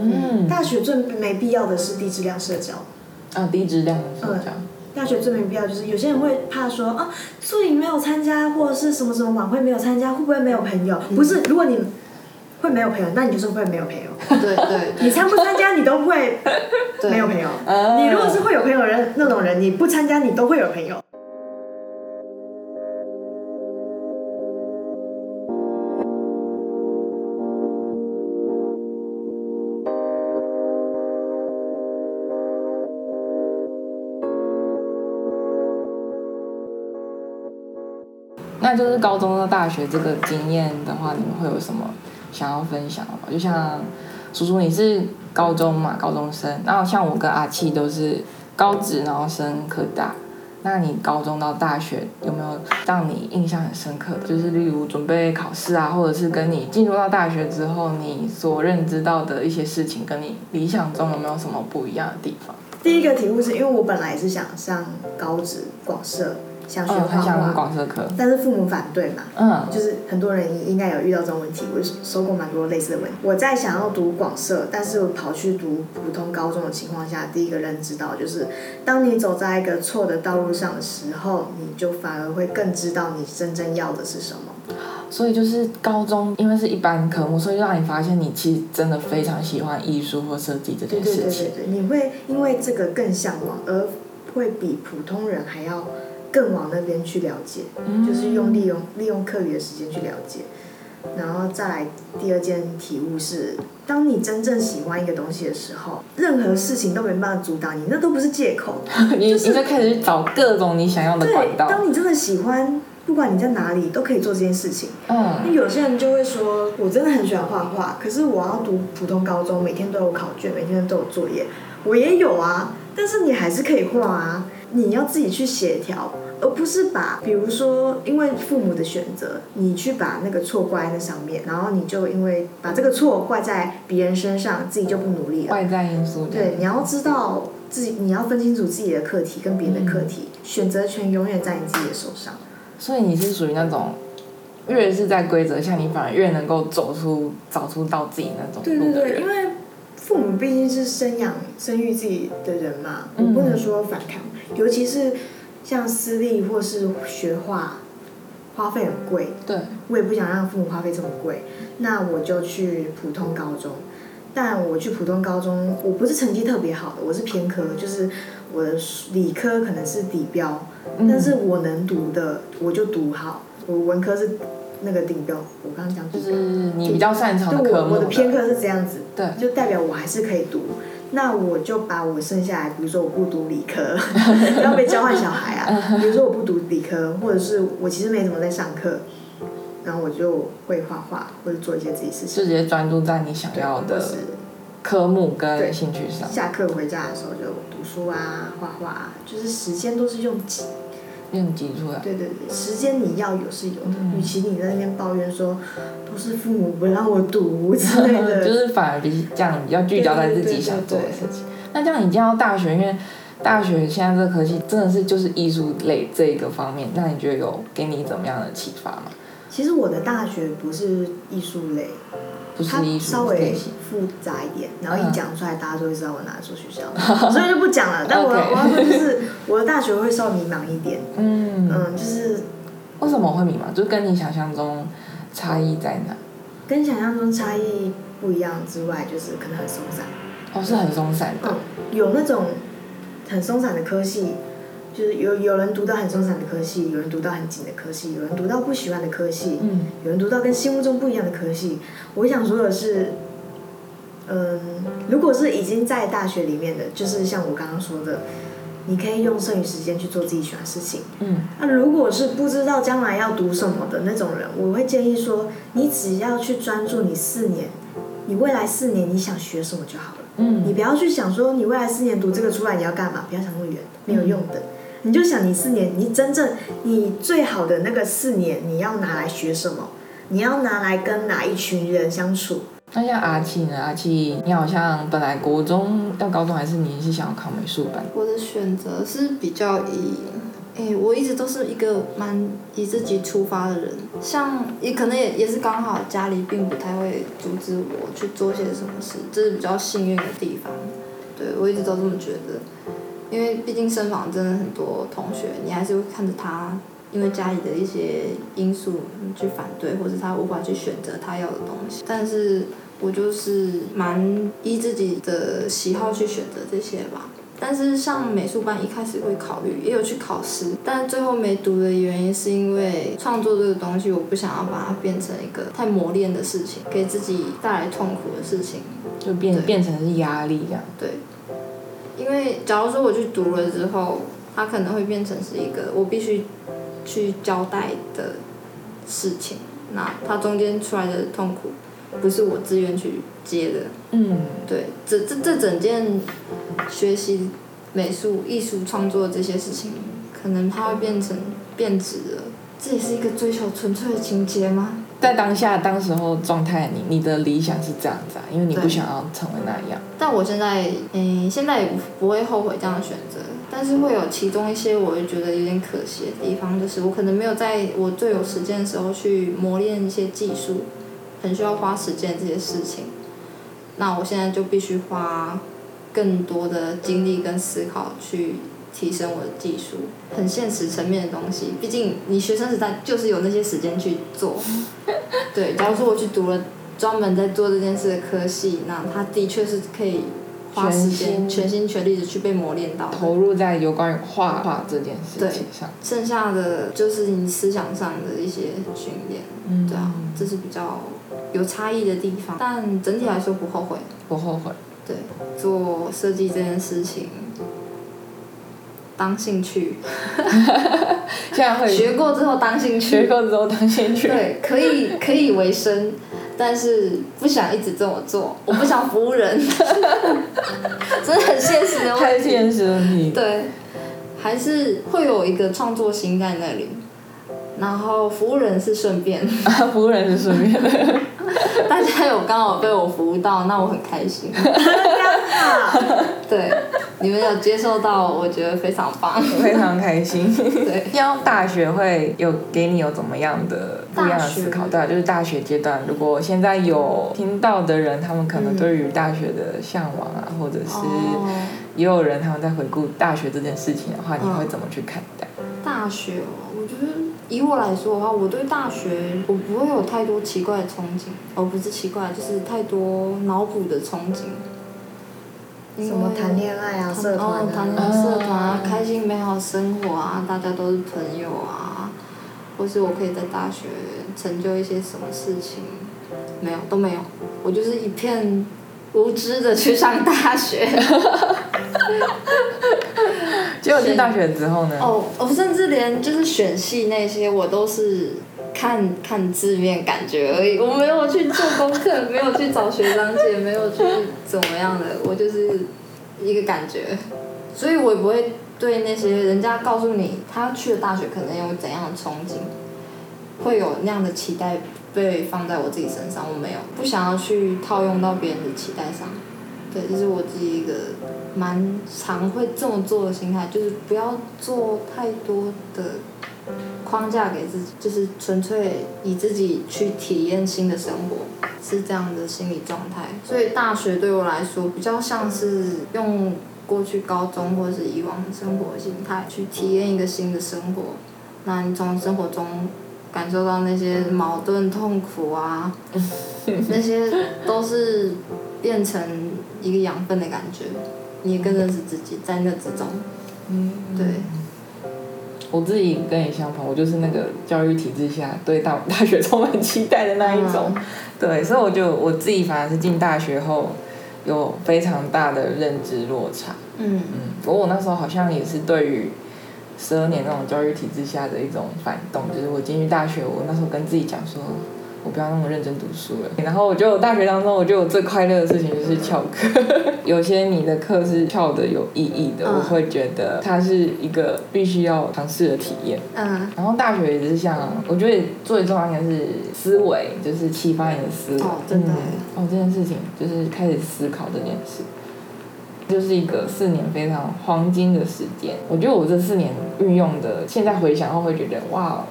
嗯大学最没必要的是低质量社交。啊，低质量的社交，大学最没必要就是有些人会怕说啊，宿营没有参加，或者是什么什么晚会没有参加，会不会没有朋友？嗯不是，如果你会没有朋友，那你就是会没有 朋友。对对你对参不参加，你都会没有朋友。啊你如果是会有朋友的人那种人，你不参加，你都会有朋友。那就是高中到大学这个经验的话，你们会有什么想要分享的吗？就像叔叔你是高中嘛，高中生，然后像我跟阿七都是高职，然后升科大。那你高中到大学有没有让你印象很深刻的？就是例如准备考试啊，或者是跟你进入到大学之后，你所认知到的一些事情，跟你理想中有没有什么不一样的地方？第一个题目是因为我本来是想上高职广设，想学嗯，画很想问画，广社科。但是父母反对嘛，嗯就是很多人应该有遇到这种问题，我收过蛮多类似的问题。我在想要读广设，但是我跑去读普通高中的情况下，第一个认知到就是，当你走在一个错的道路上的时候，你就反而会更知道你真正要的是什么。所以就是高中，因为是一般科目，所以让你发现你其实真的非常喜欢艺术或设计这对件对对事对情。嗯对，你会因为这个更向往，而会比普通人还要更往那边去了解，嗯就是用利用利用课余的时间去了解。然后再来第二件体悟是，当你真正喜欢一个东西的时候，任何事情都没办法阻挡你，那都不是借口。 你你就开始去找各种你想要的对管，道。当你真的喜欢，不管你在哪里，都可以做这件事情。那嗯，有些人就会说，我真的很喜欢画画，可是我要读普通高中，每天都有考卷，每天都有作业，我也有啊，但是你还是可以画啊，你要自己去协调，而不是把，比如说因为父母的选择，你去把那个错怪在那上面，然后你就因为把这个错怪在别人身上，自己就不努力了。外在因素。对，，你要知道自己，你要分清楚自己的课题跟别人的课题，选择权永远在你自己的手上。所以你是属于那种，越是在规则下，你反而越能够走出找出到自己那种对对路的对，人。因为父母毕竟是生养、生育自己的人嘛，我嗯不能说反抗，尤其是像私立或是学画，花费很贵，对，我也不想让父母花费这么贵，那我就去普通高中。但我去普通高中，我不是成绩特别好的，我是偏科，就是我的理科可能是底标，嗯但是我能读的我就读好，我文科是那个顶标，我刚刚讲就底标是你比较擅长的对科我目我的偏科是这样子，对就代表我还是可以读。那我就把我剩下来，比如说我不读理 科，不要被交换小孩啊。比如说我不读理科，或者是我其实没怎么在上课，然后我就会画画或者做一些自己事就情，直接专注在你想要或的是科目对跟兴趣上。下课回家的时候就读书啊、画画啊，就是时间都是用挤用挤出来。对对对，时间你要有是有的，嗯与其你在那边抱怨说都是父母不让我读之类 的，就是反而比这样比较聚焦在自己想做的事情。那这样你进到大学，因为大学现在这科系真的是就是艺术类这一个方面，那你觉得有给你怎么样的启发吗？其实我的大学不是艺术类，不它是艺稍术微类型，复杂一点，然后一嗯讲出来，大家就会知道我哪所学校， 所以就不讲了。但我 OK 我要说就是，我的大学会稍微迷茫一点，嗯，嗯，就是为什么会迷茫？就是跟你想象中差异在哪？跟想象中差异不一样之外，就是可能很松散，哦，是很松散的嗯，有那种很松散的科系。就是有有人读到很松散的科系，有人读到很紧的科系，有人读到不喜欢的科系，嗯，有人读到跟心目中不一样的科系。我想说的是，嗯，如果是已经在大学里面的，就是像我刚刚说的，你可以用剩余时间去做自己喜欢的事情。嗯，那如果是不知道将来要读什么的那种人，我会建议说，你只要去专注你四年，你未来四年你想学什么就好了。嗯你不要去想说你未来四年读这个出来你要干嘛，不要想那么远，没有用的。你就想你四年，你真正你最好的那个四年，你要拿来学什么？你要拿来跟哪一群人相处？那像阿七呢？阿七，你好像本来国中到高中还是你是想要考美术班？我的选择是比较以诶、我一直都是一个蛮以自己出发的人，像也可能也也是刚好家里并不太会阻止我去做些什么事，这是比较幸运的地方。对我一直都这么觉得，因为毕竟身旁真的很多同学，你还是会看着他，因为家里的一些因素嗯去反对，或者他无法去选择他要的东西。但是我就是蛮依自己的喜好去选择这些吧。但是像美术班一开始会考虑，也有去考试，但最后没读的原因是因为创作这个东西，我不想要把它变成一个太磨练的事情，给自己带来痛苦的事情。就变对变成是压力这样。对，因为假如说我去读了之后，它可能会变成是一个我必须去交代的事情，那它中间出来的痛苦不是我自愿去接的，嗯，对，这这这整件学习美术、艺术创作这些事情，可能它会变成变质了。这也是一个追求纯粹的情节吗？在当下当时候状态，你你的理想是这样子啊，因为你不对想要成为那样。但我现在，嗯，现在也不不会后悔这样的选择，但是会有其中一些我会觉得有点可惜的地方，就是我可能没有在我最有时间的时候去磨练一些技术，很需要花时间这些事情。那我现在就必须花更多的精力跟思考去提升我的技术，很现实层面的东西。毕竟你学生时代就是有那些时间去 做。对，假如说我去读了专门在做这件事的科系，那他的确是可以花时全心间全心全力的去被磨练到的。投入在有关于画画这件事情上。剩下的就是你思想上的一些训练，嗯对啊，这是比较有差异的地方，但整体来说不后悔。不后悔。对，做设计这件事情当兴趣，现在 会学过之后当兴学趣，过之后当先去。对，可以可以为生，但是不想一直这么做，我不想服 务人， 真的很现实的太问题。现实了你。对，还是会有一个创作心在那里，然后服务人是顺便，服务啊人是顺便的，大家有刚好被我服务到，那我很开心。刚好，对，你们有接受到，我觉得非常棒。非常开心。对。 要大学会有给你有怎么样的不一样的思考？对啊，就是大学阶段，如果现在有听到的人，他们可能对于大学的向往啊，或者是哦，也有人他们在回顾大学这件事情的话，你嗯会怎么去看待？大学哦，我觉得以我来说的话，我对大学我不会有太多奇怪的憧憬，哦，不是奇怪，就是太多脑补的憧憬。因什么为谈恋爱啊，社团哦，谈恋啊，爱、社团啊，嗯开心美好生活啊，大家都是朋友啊，或是我可以在大学成就一些什么事情，没有，都没有，我就是一片无知的去上大学。结果进大学之后呢？嗯哦，我甚至连就是选系那些，我都是看看字面感觉而已，我没有去做功课，没有去找学长姐，没有去怎么样的，我就是一个感觉，所以我也不会对那些人家告诉你他去了大学可能有怎样的憧憬，会有那样的期待被放在我自己身上，我没有，不想要去套用到别人的期待上。对，这是我自己一个蛮常会这么做的心态，就是不要做太多的框架给自己，就是纯粹以自己去体验新的生活，是这样的心理状态。所以大学对我来说，比较像是用过去高中或是以往的生活心态去体验一个新的生活，那你从生活中感受到那些矛盾、痛苦啊，那些都是变成一个养分的感觉，你也更认识自己，在那之中，嗯，对，我自己跟你相反，我就是那个教育体制下对大 大学充满期待的那一种。嗯对，所以我就我自己反而是进大学后有非常大的认知落差。嗯，嗯，不过我那时候好像也是对于十二年那种教育体制下的一种反动，就是我进去大学，我那时候跟自己讲说。我不要那么认真读书了。然后我觉得我大学当中，我觉得我最快乐的事情就是翘课。有些你的课是翘的有意义的，嗯我会觉得它是一个必须要尝试的体验。嗯，然后大学也是像，我觉得最重要应该是思维，就是启发你的思维。哦真的嗯哦，这件事情就是开始思考这件事。就是一个四年非常黄金的时间。我觉得我这四年运用的，现在回想后会觉得哇，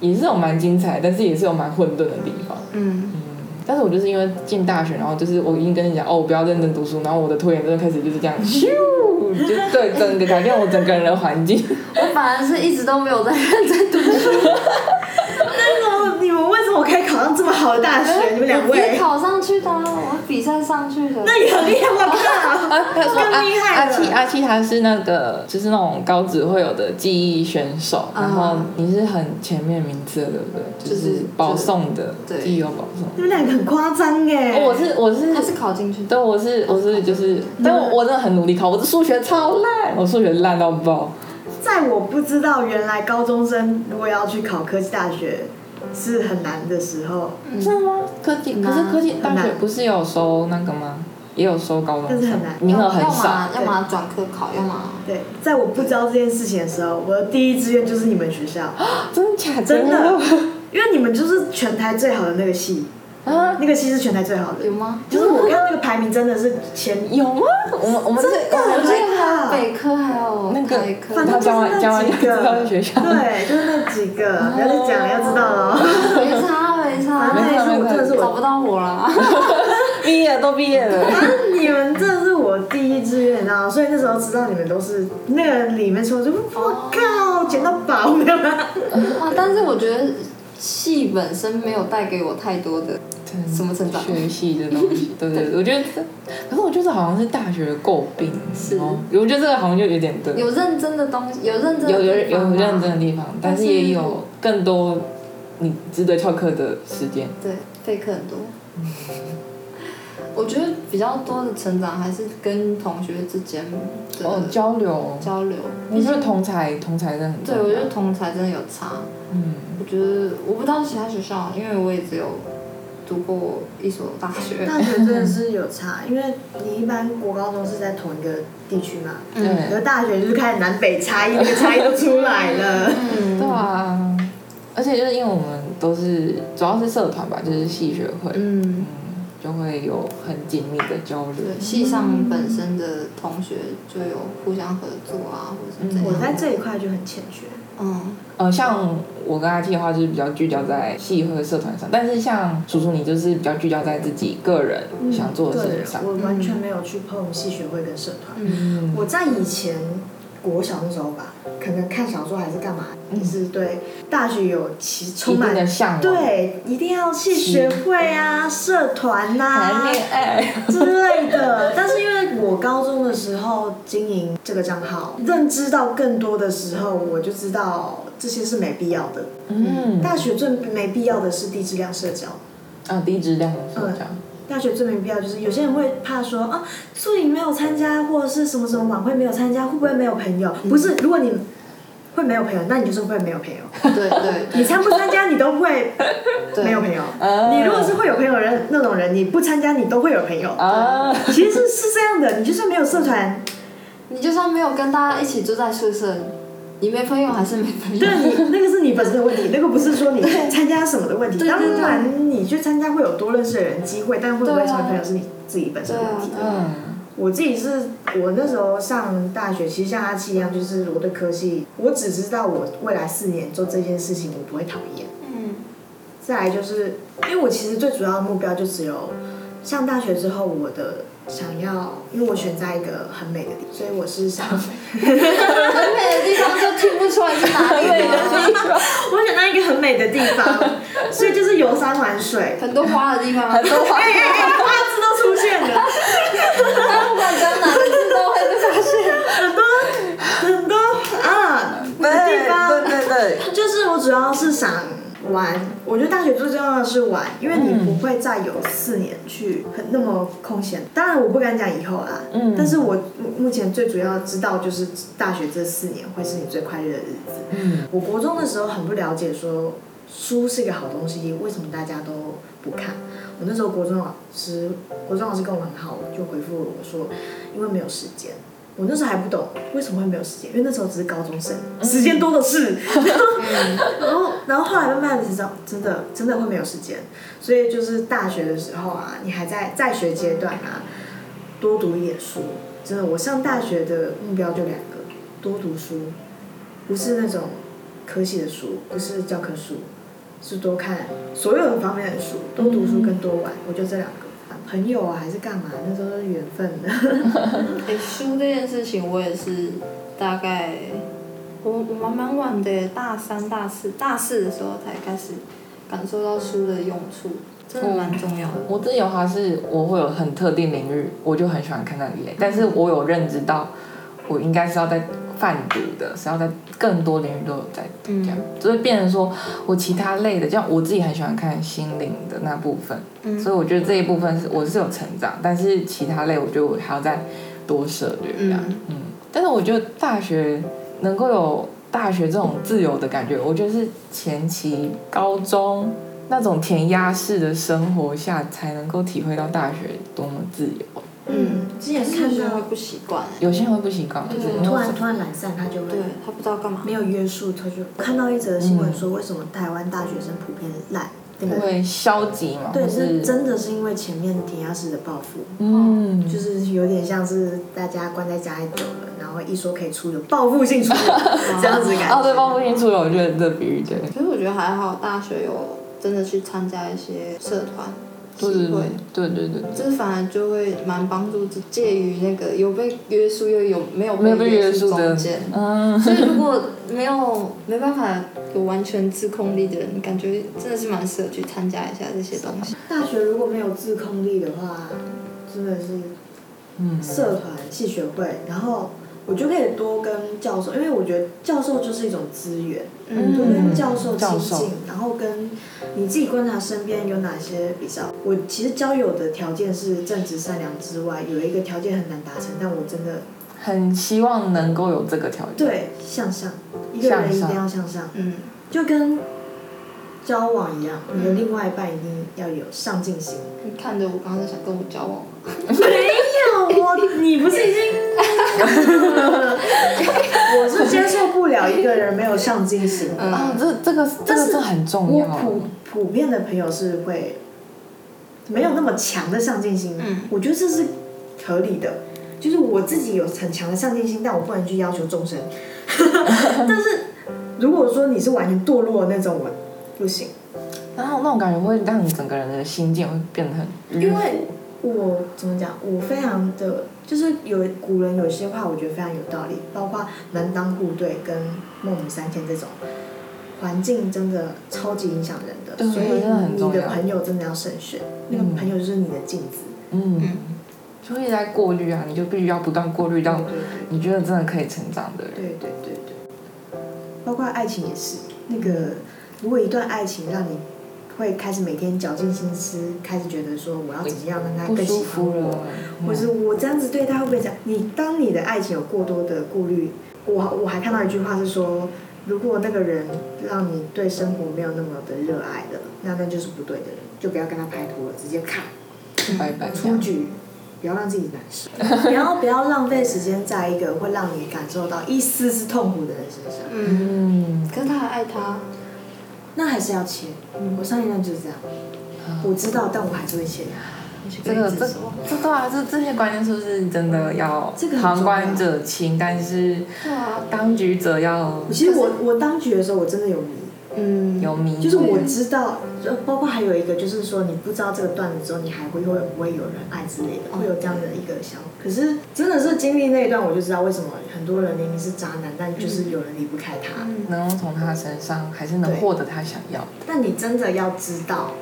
也是有蛮精彩，但是也是有蛮混沌的地方。嗯，但是我就是因为进大学，然后就是我已经跟你讲哦，我不要认真读书，然后我的拖延症开始就是这样，咻，就对整个改变我整个人的环境。我反而是一直都没有在认真读书，那么你们为什么可以考上这么好的大学？你们两我自己位，哎考上去的啊，我比赛上去的。那也很厉害，我靠！啊，他说更厉阿害阿了七阿七他是那个就是那种高职会有的记忆选手，嗯然后你是很前面名次的，对不对？就就是是保送的，对记忆有保送。哦你们两个很夸张哎！我是我是他哦是考进去的，对，我是我是就是，但我我真的很努力考，我的数学超烂，我数学烂到爆。在我不知道原来高中生如果要去考科技大学是很难的时候，真的吗？科技很可难是科技大很学难不是有收那个吗？也有收高中但是生很难，名额很要少么。要么转科考，要么对，在我不知道这件事情的时候，我的第一志愿就是你们学校，真的假的？真的， 因为你们就是全台最好的那个系，啊？那个系是全台最好的有，吗？就是我看那个排名真的是前有吗？我们我们是我记得还有啊北科，还有那个台科，反正就是那讲完几讲完就知道是个，学校对，就是那几个，不要再讲了，要知道了哦。 没差没反正差，那也是我真的是找我，不到我 啊啦。毕业都毕业了。反正你们真的是我第一志愿啊，所以那时候知道你们都是那个里面说，我就我靠，捡到宝没有啦？哇，但是我觉得戏本身没有带给我太多的，什么成长学习的东 西，对对对，我觉得这，可是我觉得这好像是大学的诟病，是哦我觉得这个好像就有点对，有认真的东西，有认真的有有地方有啊认真的地方，但但是是也有更多你值得翘课的时间。对，备课很多。 我觉得比较多的成长还是跟同学之间哦，的交流，交流。我觉得同才同才真的很重对，要。我觉得同才真的有差。嗯，我觉得我不知道其他学校，因为我也只有读过一所大学。大学真的是有差，因为你一般国高中是在同一个地区嘛，啊对可是大学就是开始南北差异，那个差异都出来了。嗯对啊，而且就是因为我们都是主要是社团吧，就是系学会，嗯，嗯，就会有很紧密的交流。对，系上本身的同学就有互相合作啊，或者是 怎嗯我样。在这一块就很欠缺，嗯，呃，像我跟阿 T 的话，就是比较聚焦在系或者社团上，但是像叔叔你就是比较聚焦在自己个人想做的嗯个事人情上。我完全没有去碰戏学会跟社团。嗯，我在以前国小那时候吧，可能看小说还是干嘛，也是对大学有其嗯一充定的满向往，对，一定要去学会啊、社团呐、谈恋 爱，之类的。但是因为我高中的时候经营这个账号，认知到更多的时候，我就知道这些是没必要的。嗯，大学最没必要的是低质量社交。啊，低质量的社交，大学最没必要就是有些人会怕说啊，宿营没有参加或者是什么什么晚会没有参加，会不会没有朋嗯友？不是，如果你会没有朋友，那你就是会没有 朋友。对对你对参不参加，你都会对， 没有朋友。啊你如果是会有朋友的人那种人，你不参加你都会有朋友。啊，其实是是这样的，你就算没有社 团，你就算没有跟大家一起住在宿舍，你没朋友还是没朋友对。你那个是你本身的问题，那个不是说你参加什么的问题。对对当对然，你去参加会有多认识的人机会，但会不会对啊成为朋友是你自己本身对的问啊题。，对啊，嗯，我自己是我那时候上大学，其实像阿七一样，就是我对科系，我只知道我未来四年做这件事情，我不会讨厌。嗯，再来就是，因为我其实最主要的目标就只有上大学之后，我的想要，因为我选在一个很美的地方，所以我是想，很美的地方就听不出来是哪里的，啊 我选在一个很美的地方，所以就是游山玩 水，很多花的地方，很多话哎哎哎，花字都出现了。但不管跟哪个字都会被发现。很多很多啊，对的地对方，对 对，就是我主要是想玩。我觉得大学最重要的是玩，因为你不会再有四年去很那么空闲。当然，我不敢讲以后啦，嗯但是我目目前最主要知道就是大学这四年会是你最快乐的日子。嗯，我国中的时候很不了解说书是一个好东西，为什么大家都不看？我那时候国中老师，国中老师跟我很好，就回复我说，因为没有时间。我那时候还不懂为什么会没有时间，因为那时候只是高中生，时间多的是。 然后，然后后来慢慢的知道，真的真的会没有时间，所以就是大学的时候啊，你还在在学阶段啊，多读一点书，真的，我上大学的目标就两个：多读书，不是那种科系的书，不是教科书，是多看所有的方面的书，多读书跟多玩，我就这两个。啊朋友啊，还是干嘛？那都是缘分的。哎、书这件事情，我也是大概我我蛮蛮晚的，大三、大四、大四的时候才开始感受到书的用处，真的蛮重要的。我自己的话是，我会有很特定领域，我就很喜欢看那一类，但是我有认知到，我应该是要在泛读的，是要在更多领域都有在读这样，嗯就是变成说我其他类的，像我自己很喜欢看心灵的那部分，嗯所以我觉得这一部分是我是有成长，但是其他类我觉得我还要再多涉略这样，嗯嗯，但是我觉得大学能够有大学这种自由的感觉，我觉得是前期高中那种填鸭式的生活下，才能够体会到大学多么自由。嗯，之也前看是有些人到会不习惯，有些人会不习惯，对就是没突有然突然懒散，他就会对他不知道干嘛。没有约束，他就看到一则新闻说，为什么台湾大学生普遍懒？那个会消极嘛，对，或是是真的是因为前面填鸭式的报复，嗯，就是有点像是大家关在家里久了，然后一说可以出游，报复性出游这样子的感觉。哦，对，报复性出游，我觉得这比喻对，可是我觉得还好，大学有真的去参加一些社团对聚会，对对对对，这反而就会蛮帮助自己，介于那个有被约束又有没有没有被约束束的中 间。，嗯，所以如果没有没办法有完全自控力的人，感觉真的是蛮适合去参加一下这些东西。大学如果没有自控力的话，真的是嗯，社团、系学会，然后我就可以多跟教授，因为我觉得教授就是一种资源，嗯多对跟教授教亲授近，然后跟你自己观察身边有哪些比较。我其实交友的条件是正直善良之外，有一个条件很难达成，但我真的很希望能够有这个条件，对向上，一个人一定要向上，嗯，就跟交往一样，你的另外一半一定要有上进心。你嗯看着我刚刚在想跟我交往吗，没有我，你不是已经？我是接受不了一个人没有上进心。啊，这这个这个嗯但是是很重我要，普普遍的朋友是会没有那么强的上进心，嗯我觉得这是合理的。就是我自己有很强的上进心，但我不能去要求众生。 但是如果说你是完全堕落的那种，我不行，然后那种感觉会让你整个人的心境会变得很迂因为我怎么讲，我非常的就是有古人有些话，我觉得非常有道理，包括门当户对跟孟母三迁这种。环境真的超级影响人对的，所以真的很你重的要朋友真的要慎选，那个嗯朋友就是你的镜子。嗯，就一直在过滤啊，你就必须要不断过滤到对你觉得真的可以成长的人。对对对对对，包括爱情也是。那个，如果一段爱情让你会开始每天绞尽心思，开始觉得说我要怎么样让他不更舒喜欢服我，了，嗯或是我这样子对他会不会这样？你当你的爱情有过多的顾虑，我我还看到一句话是说，如果那个人让你对生活没有那么的热爱了，那那就是不对的人，就不要跟他拍拖了，直接卡嗯拜拜这出样。局，不要让自己难受，不要不要浪费时间在一个会让你感受到一丝丝痛苦的人身上，嗯，嗯，可是他还爱他，那还是要切。我上一任就是这样，我知道，但我还是会切。这个这这对啊，这这些观念是不是真的要这个很重要旁观者清，但是对啊，当局者要其实我我当局的时候，我真的有迷，嗯，有迷，就是我知道，呃包括还有一个就是说，你不知道这个段子之后，你还会会不会有人爱之类的，会有这样的一个想法。可是真的是经历那一段，我就知道为什么很多人明明是渣男，但就是有人离不开他。嗯能够从他身上还是能对获得他想要的。但你真的要知道，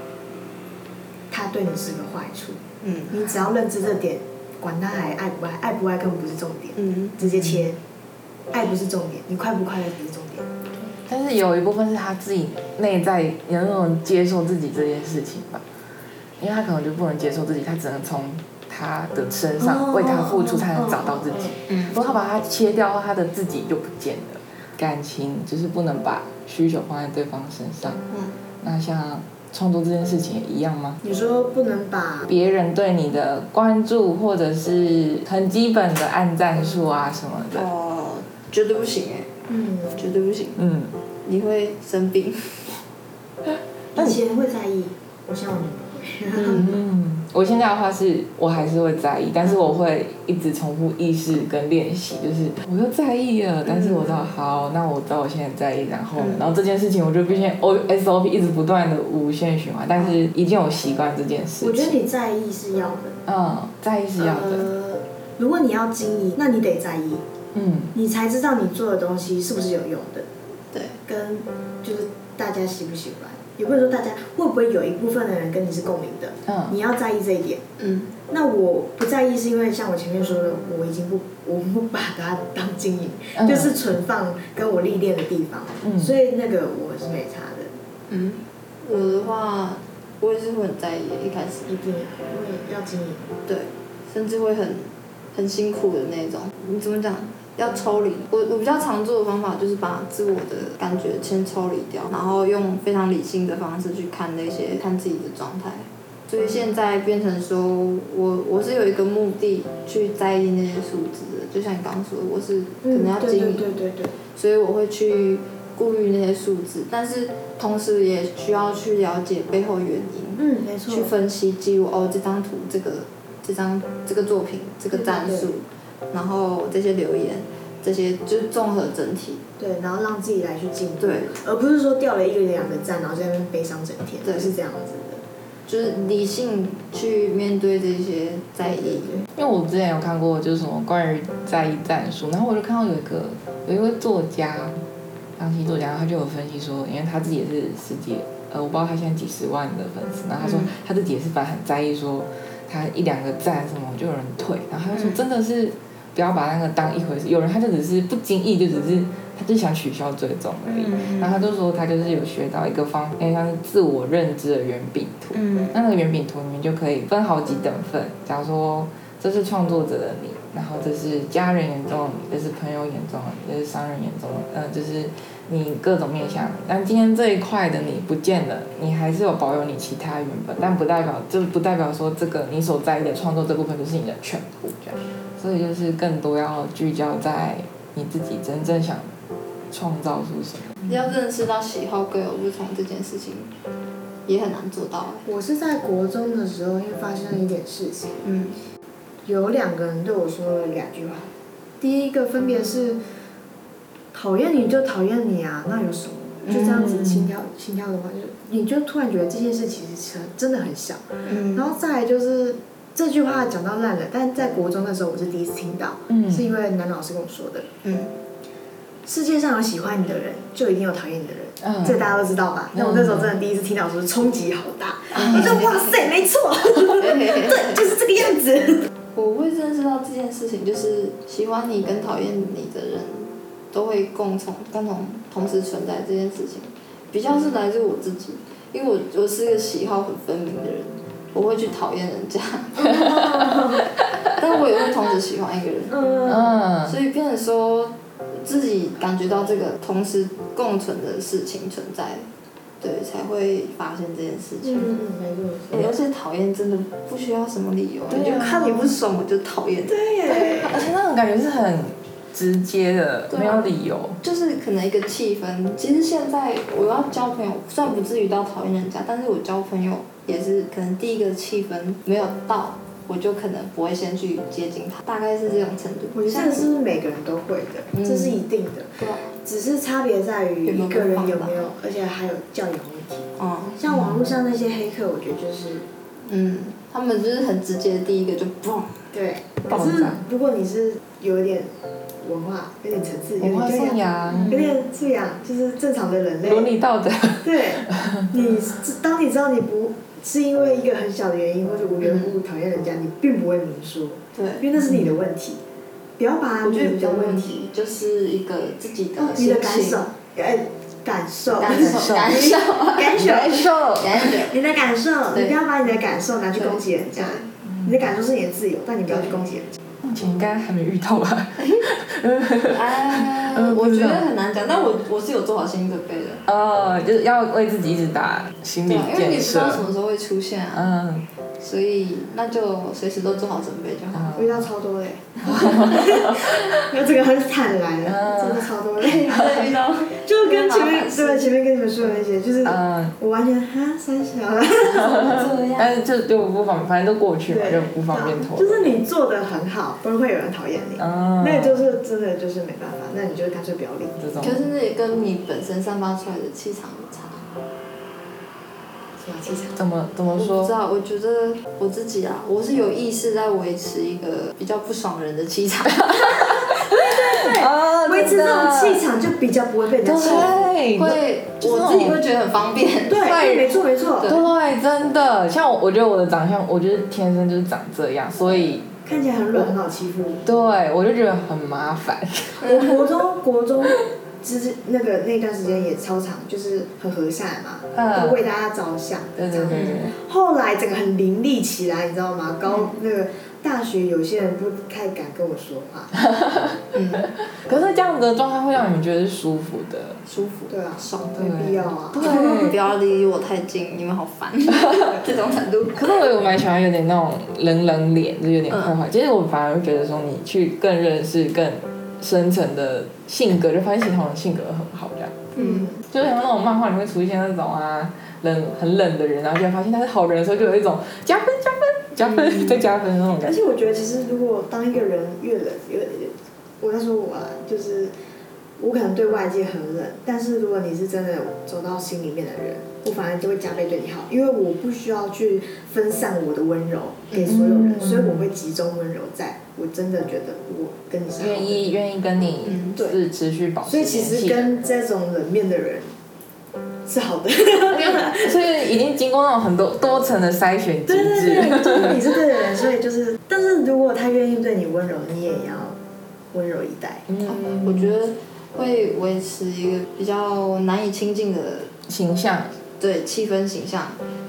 他对你是个坏处。嗯你只要认知这点，管他还爱不爱，爱不爱根本不是重点，嗯，直接切。爱不是重点，你快不快乐才是重点。但是有一部分是他自己内在能不能接受自己这件事情吧，因为他可能就不能接受自己，他只能从他的身上哦为他付出，才能找到自己。嗯如果他把它切掉，他的自己就不见了。感情就是不能把需求放在对方身上。嗯那像创作这件事情也一样吗？你说不能把别人对你的关注，或者是很基本的按赞数啊什么的，哦，绝对不行哎，嗯，绝对不行，嗯，你会生病。 以前会在意，我现在完全不会。嗯，我现在的话是我还是会在意，但是我会一直重复意识跟练习，就是我又在意了，但是我知道好，那我知道我现在在意，然后呢嗯然后这件事情我就必须我 SOP 一直不断的无限循环，但是已经有习惯这件事我觉得情。你在意是要的，嗯，在意是要的，呃，如果你要经营，那你得在意，嗯，你才知道你做的东西是不是有用的，对，跟就是大家喜不喜欢，也不是说大家会不会有一部分的人跟你是共鸣的，嗯你要在意这一点。嗯，那我不在意，是因为像我前面说的，我已经不，我不把它当经营，嗯 就是存放跟我历练的地方，嗯所以那个我是没差的，嗯，我的话，我也是会很在意，一开始一定因为要经营。对，甚至会很很辛苦的那种。你怎么讲？要抽离。我我比较常做的方法就是把自我的感觉先抽离掉，然后用非常理性的方式去看那些看自己的状态。所以现在变成说我我是有一个目的去在意那些数字的，就像你刚刚说的，我是可能要嗯对经对营对对对，所以我会去顾虑那些数字，但是同时也需要去了解背后原因，嗯，没错去。分析记录哦这张图这个这张这个作品这个战对对术，然后这些留言，这些就是综合整体。对，然后让自己来去进步，对，而不是说掉了一个两个赞，然后在那边悲伤整天，对不是这样子的。就是理性去面对这些在对意，对，因为我之前有看过，就是什么关于在意战术，然后我就看到有一个有一位作家，当期作家，他就有分析说，因为他自己也是十几，呃，我不知道他现在几十万的粉丝，然后他说嗯他自己也是反很在意说，他一两个赞什么就有人退，然后他就说嗯真的是不要把那个当一回事，有人他就只是不经意就只是他就想取消追踪而已，嗯然后他就说他就是有学到一个方，因为像是自我认知的圆饼图，嗯那那个圆饼图里面就可以分好几等份，假如说这是创作者的你，然后这是家人眼中的你，这是朋友眼中的你，这是商人眼中的你，嗯、就是你各种面向的你。但今天这一块的你不见了，你还是有保有你其他原本，但不代表这不代表说这个你所在意的创作这部分就是你的全部这样。所以就是更多要聚焦在你自己真正想创造出什么。要认识到喜好各有不同这件事情，也很难做到哎、我是在国中的时候，因为发生了一点事情，嗯有两个人对我说了两句话，第一个分别是讨厌你就讨厌你啊，那有什么？就这样子嗯轻佻轻佻的话，就是你就突然觉得这件事其实很真的很小，然嗯后再来就是这句话讲到烂了，但在国中的时候我是第一次听到，嗯是因为男老师跟我说的。嗯，世界上有喜欢你的人，就一定有讨厌你的人，嗯嗯这个大家都知道吧？那我那时候真的第一次听到，说冲击好大，我就哇塞，没错，嗯 对，就是这个样子。我会认识到这件事情，就是喜欢你跟讨厌你的人都会共同共同同时存在这件事情，比较是来自我自己，因为我我是个喜好很分明的人，我会去讨厌人家， 但我也会同时喜欢一个人，嗯，嗯所以变成说自己感觉到这个同时共存的事情存在，对，才会发现这件事情。嗯，没错。欸而且讨厌真的不需要什么理由，你对啊就看你不爽我就讨厌。对耶，而且那种感觉是很直接的，对啊没有理由。就是可能一个气氛。其实现在我要交朋友，虽然不至于到讨厌人家，但是我交朋友也是可能第一个气氛没有到，我就可能不会先去接近他，大概是这种程度。我觉得这像个是每个人都会的，嗯这是一定的，对吧？只是差别在于一个人有没嗯有，而且还有教养问题。嗯像网络上那些黑客，我觉得就是嗯，他们就是很直接，第一个就嘣，对，爆可是炸如果你是有一点文化、有点层次、有文点化教素养、养、有点素养，就是正常的人类，伦理道 德，对，你知当你知道你不是因为一个很小的原因或者无缘无故讨厌人家，你并不会明说，因对。为那是你的问题，不要把我你觉得比较的问问题题、就是一个自己的你心的感受情、，哎，感受、嗯感受、感受、感受、受感 受。你的感受，你对不要把你的感受拿去攻击人家。你的感受是你的自由，但你不要去攻击人家。目前应该还没遇到吧？哎，嗯我不知觉道得很难讲，但我我是有做好心理准备的。呃，就是要为自己一直打心对理啊，因为建你不知道什设。么时候会出现啊，嗯，所以那就随时都做好准备就嗯好。我遇到超多欸 嘞，嗯那这个很坦然，真的超多嘞。欸遇到 就跟前面是对前面跟你们说的那些，就是嗯，我完全哈三小了，这样。但是就就不方，反正都过去嘛，对啊就不方便拖。 就是你做的很好，不会有人讨厌你，嗯，那就是真的就是没办法，那你就干脆不要理。这种可是那也跟你本身散发出来的气场有差。是吧？其实怎么怎么我不知说？道，我觉得我自己啊，我是有意识在维持一个比较不爽人的气 场。啊维持这种真气的场就比较不会被人家欺负。对，会，就是那种我自己会觉得很方便。对，对没错没错，对，真的，像我，我觉得我的长相，我就是天生就是长这样，所以看起来很软，很好欺负。对我就觉得很麻烦。 我国中国中之那个那段时间也超长，就是很和善嘛，嗯都为大家着想。对对对对，后来整个很凌厉起来，你知道吗？高那个大学有些人不太敢跟我说话，嗯，可是这样子的状态会让你们觉得是舒服的。舒服，对啊爽的。没必要啊。不要离我太近，你们好 烦，这种程度。可是我有蛮喜欢有点那种冷冷脸，就有点坏坏。其实我反而会觉得说，你去更认识更深层的性格，就发现其实他们性格很好这样。嗯，就是像那种漫画里面出现那种啊冷很冷的人，然后就会发现他是好人的时候，就有一种加分加分加分再加分那种感而觉。且我觉得，其实如果当一个人越冷越，我在说我啊，就是我可能对外界很冷，但是如果你是真的走到心里面的人，我反而就会加倍对你好，因为我不需要去分散我的温柔给所有人，嗯所以我会集中温柔在我真的觉得我跟你是好的愿意愿意跟你嗯对是持续保持所以联其系的，实跟这种冷面的人是好的， 所以已经经过那种很多多层的筛选机对对制，对，就是你是对的人，所以就是，但是如果他愿意对你温柔，你也要温柔以待。嗯，我觉得会维持一个比较难以亲近的形象对气氛形象。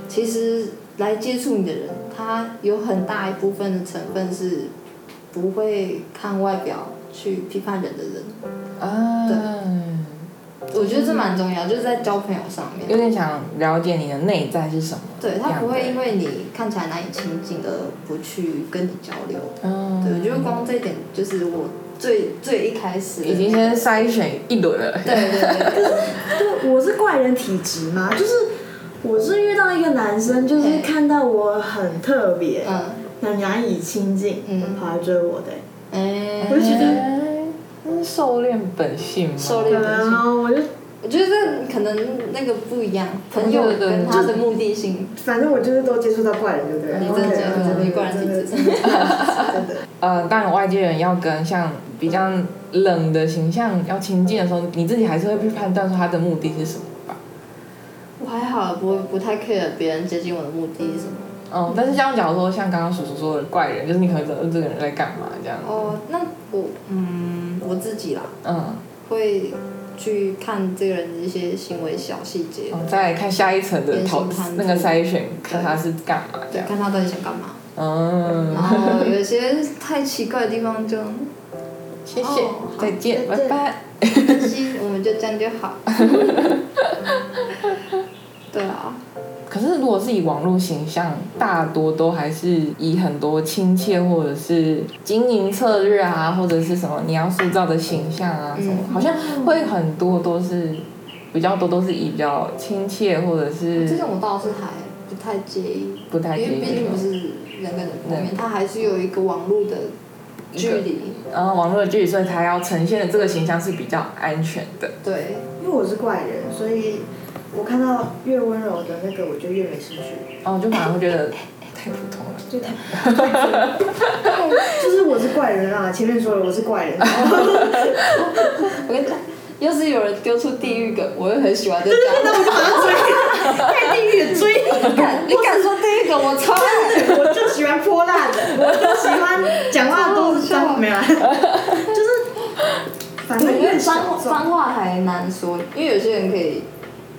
其实来接触你的人，他有很大一部分的成分是不会看外表去批判人的人。啊，对我觉得这蛮重要，就是在交朋友上面有。点想了解你的内在是什么，对他不会因为为你看起来难以亲近而不去跟你交流。嗯，对，我觉得光这一点就是我最最一开始的已经先筛选一轮了，对对对对，对，我是怪人体质嘛，就是我是遇到一个男生，就是嘿看到我很特别，嗯很难以亲近，嗯跑来追我的、哎，我就觉得哎那是狩猎本性吗？狩猎可能哦，我就我觉得可能那个不一样，朋友对对跟他的目的性，反正我就是都接触到怪人，对不对？你真的觉得对对对你怪人体质真的真的真的。呃，当然外界人要跟像比较冷的形象要亲近的时候，你自己还是会去判断说他的目的是什么吧。我还好，不不太 care 别人接近我的目的是什么。嗯，但是像假如说像刚刚叔叔说的怪人，就是你可能觉得呃这个人在干嘛这样。哦，那我嗯我自己啦，嗯，会去看这个人的一些行为小细节，哦再来看下一层的人性讨判断那个筛选，看他是干嘛这对，样。看他到底想干嘛。啊嗯然，后有一些太奇怪的地方就， 谢谢哦，好再见，拜再见拜。没关系，我们就这样就好。 对啊，可是，如果是以网络形象，大多都还是以很多亲切或者是经营策略啊，或者是什么你要塑造的形象啊什么，嗯好像会很多都是比较多都是以比较亲切或者这是种我倒是还不太介意，嗯不太因接为毕近竟不的。是人跟人碰面，它还是有一个网络的距离。然后网络的距离，所以他要呈现的这个形象是比较安全的。对，因为我是怪人，所以我看到越温柔的那个，我就越没兴趣。然后哦就反而会觉得太普通了。就太， 就是我是怪人啊！前面说了我是怪人， 我跟你讲，要是有人丢出地狱梗，我会很喜欢这家。 太地狱追你敢你敢说地狱梗，我超爱。我就喜欢泼辣的，我就喜欢讲话都是脏，没有啦，就是反我正越觉得小脏众，脏话还难说，因为有些人可以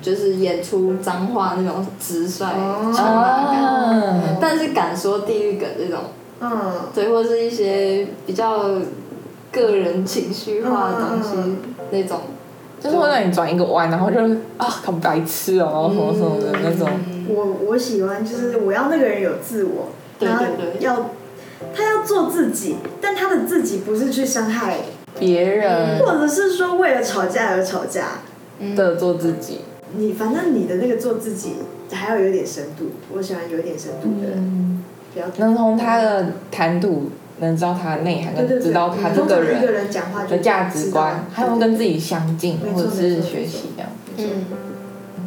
就是演出脏话那种直率、哦冲浪感，嗯但是敢说地狱梗这种，嗯，对，或是一些比较个人情绪化的东西、嗯那种，就是会让你转一个弯，然后就是啊，好白痴哦、然后什么什么的那种。嗯我我喜欢就是我要那个人有自我，对然后对对要他要做自己，但他的自己不是去伤害，别人或者是说为了吵架而吵架，嗯的做自己。你反正你的那个做自己还要有点深度，我喜欢有一点深度的嗯人，比较能从他的谈吐，能知道他的内涵，对能对对，知道他这通常个一个人人讲话就的价值观知，道还有跟自己相近没，错或者没是错学习这样。嗯，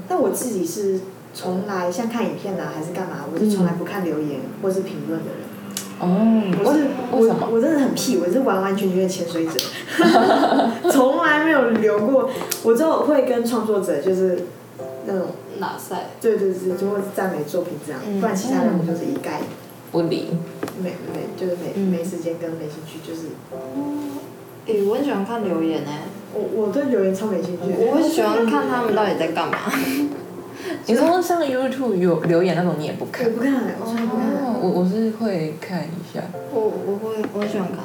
但我自己是从来像看影片啊，还是干嘛，我是从来不看留言或是评论的人。嗯我是哦，我为什么我真的很屁，我是完完全全的潜水者，从来没有留过。我只有会跟创作者就是那种哪赛？对对对，就会赞美作品这样，嗯不然其他人我就是一概不理。没没就是没嗯没时间跟没兴趣，就是诶、我很喜欢看留言诶、我我对留言超没兴趣。我很喜欢看他们到底在干嘛。你说像 YouTube 有留言那种，你也不我看？不看，我从来不看。哦，我我是会看一下。我我会我很喜欢看，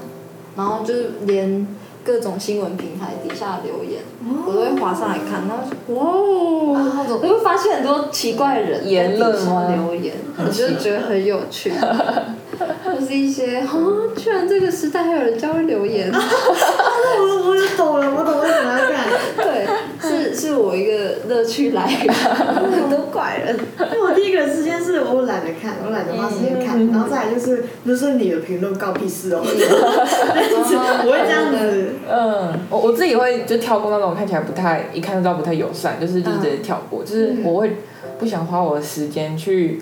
然后就是连各种新闻平台底下留言，我都会滑上来看，然后就哦哇哦，那种你会发现很多奇怪的人言论在底吗下留言，我就觉得很有 趣，就是一些啊，居然这个时代还有人家会留言，但啊我我就懂了，我懂为什么要看， 对，是是我一个乐趣来源， 很多怪 人，因为我第一个时间是我懒得看，我懒得花时间嗯看，然后再来就是那是你的评论告屁事哦， 就是 我会这样子。嗯，我我自己会就跳过那种看起来不太一看就知道不太友善，就是就是直接跳过，就是我会不想花我的时间去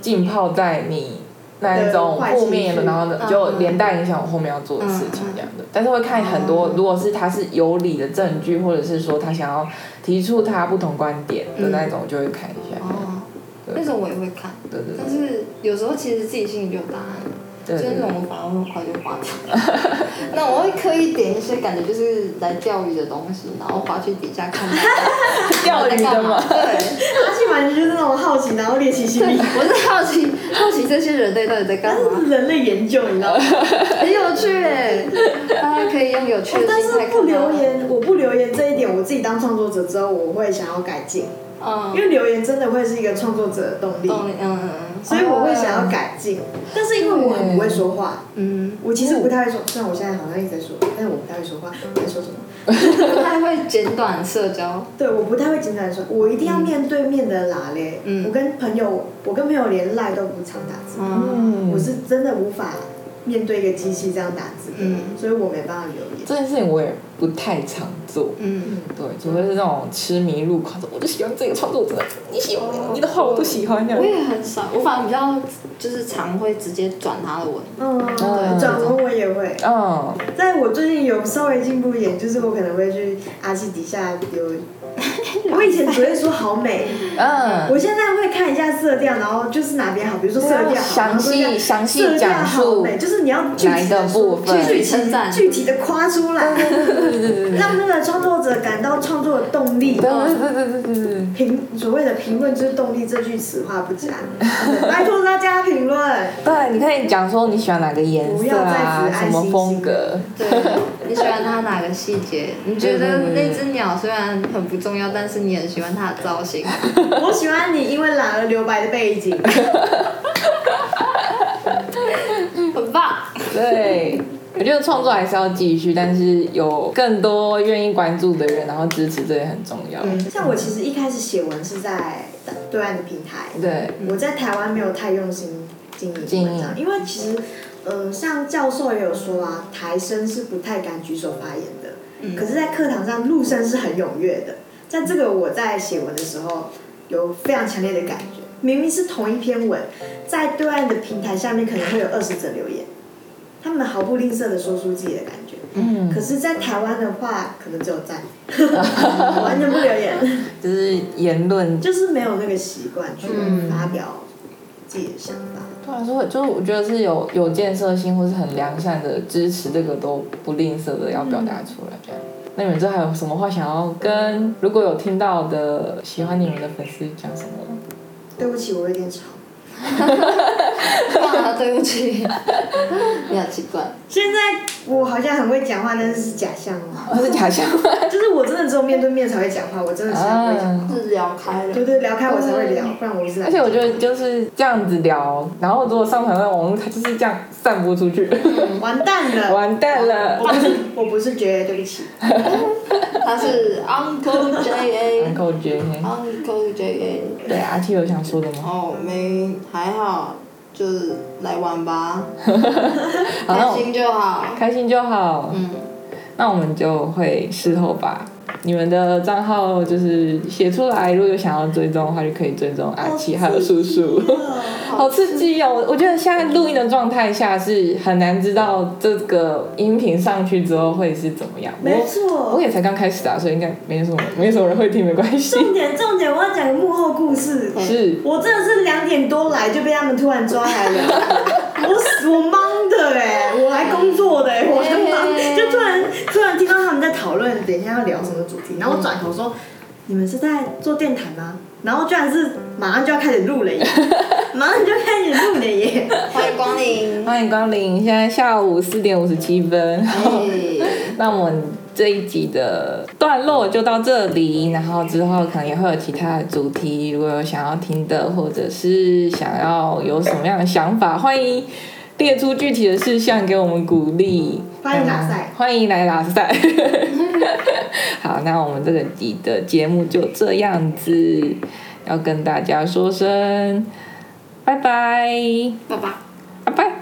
浸泡在你那一种负面言论，然后呢嗯就连带影响我后面要做的事情这样的。但是会看很多，如果是他是有理的证据，或者是说他想要提出他不同观点的那一种，我就会看一下。哦，那种我也会看，对对但是有时候其实自己心里就有答案了。对就是对那对种，我反而很快就划掉。 那我会刻意点一些感觉就是来钓鱼的东西，然后划去底下 看钓鱼的嘛嘛。对，他基本上就是那种好奇，然后猎奇心理，我是好奇好奇这些人类到底在干但嘛，是人类研究，你知 道吗？很有趣哎，大家可以用有趣的哎哦但心是态看它不留。言，我不留言这一点，我自己当创作者之后，我会想要改进，因嗯，为留言真的会是一个创作者的动力，懂你嗯嗯嗯所以我会想要改进。但是因为我很不会说话，哦嗯，我其实不太会说，虽然我现在好像一直在说，但是我不太会说话，我在说什么？不太会简短社交，对，我不太会简短说，我一定要面对面的拉嘞。嗯我跟朋友，我跟朋友连赖都不常打字，嗯，我是真的无法面对一个机器这样打字的，嗯所以我没办法留言。这件事情我也不太常做。嗯，对，除非是那种痴迷入狂，我就喜欢这个创作者，你喜欢你的话我都喜欢这样我。也很少，我反而比较就是常会直接转他的文，嗯，嗯转文我也会，嗯，但我最近有稍微进步一点，就是我可能会去阿七底下 留。我以前只会说好美，嗯，我现在会看一下色调，然后就是哪边好，比如说色调好，详细然后说详细色调讲好述美，就是你要具哪体一个的部分具体称赞具体的夸出来，让那个创作者感到创作的动力。对对对对对对对，评所谓的评论就是动力，这句此话不假。拜托大家评论，对，你可以讲说你喜欢哪个颜色啊，什么风格，对，你喜欢它哪个细节？你觉得那只鸟虽然很不重要，但是你很喜欢它的造 型。我喜欢你，因为染了留白的背景。 很棒。对。我觉得创作还是要继续，但是有更多愿意关注的人，然后支持这也很重要。像我其实一开始写文是在对岸的平台，对，我在台湾没有太用心经营文章，因为其实，呃，像教授也有说啊，台生是不太敢举手发言的，可是，在课堂上陆生是很踊跃的。在这个我在写文的时候，有非常强烈的感觉，明明是同一篇文，在对岸的平台下面可能会有二十则留言，他们毫不吝啬的说出自己的感觉。嗯可，是，在台湾的话，可能只有 赞，完全不留言。就是言论就是没有那个习惯去嗯发表自己的想法。对啊，所以就是我觉得是有有建设性或是很良善的支持，这个都不吝啬的要表达出来。这样，那你们这还有什么话想要跟如果有听到的喜欢你们的粉丝讲什么？对不起，我有点吵。啊，对不起， 你好奇怪。现在我好像很会讲话，但是是假象 哦。 我是假象吗？就是我真的只有面对面才会讲话，我真的是很会讲话。啊。嗯是聊开了，对对，聊开我才会聊，不然我不是来。 而且我觉得就是这样子聊，然后如果上传到网络，它就是这样散播出去， 完蛋了，完蛋了 我。不是我不是觉得对不起，他是 Uncle JA。 Uncle J， Uncle JA，对啊阿七有想说的吗？哦，没还好，就是来玩 吧，好，那开我心就好。开心就好。嗯，那我们就会事后把你们的账号就是写出来，如果有想要追踪的话，就可以追踪阿奇还有叔叔。 哦好刺激哦！我我觉得现在录音的状态下是很难知道这个音频上去之后会是怎么样。没我我错。也才刚开始啊，所以应该没什么没什么人会听，没关系。重点重点，我要讲个幕后故事。是我真的是两点多来就被他们突然抓来了，我死我忙的哎、我来工作的哎、我很忙，就突然突然听到他们在讨论等一下要聊什么主题，然后我转头说，你们是在做电台吗？然后居然是马上就要开始录了耶，马上就开始录了耶，欢迎光 临。欢迎光临，现在下午四点五十七分。哎，那我们这一集的段落就到这里，然后之后可能也会有其他的主题，如果有想要听的，或者是想要有什么样的想法，欢迎列出具体的事项给我们鼓励。欢迎拉塞嗯欢迎来拉塞。 好，那我们这个集的节目就这样子，要跟大家说声拜拜，啊爸爸。拜拜。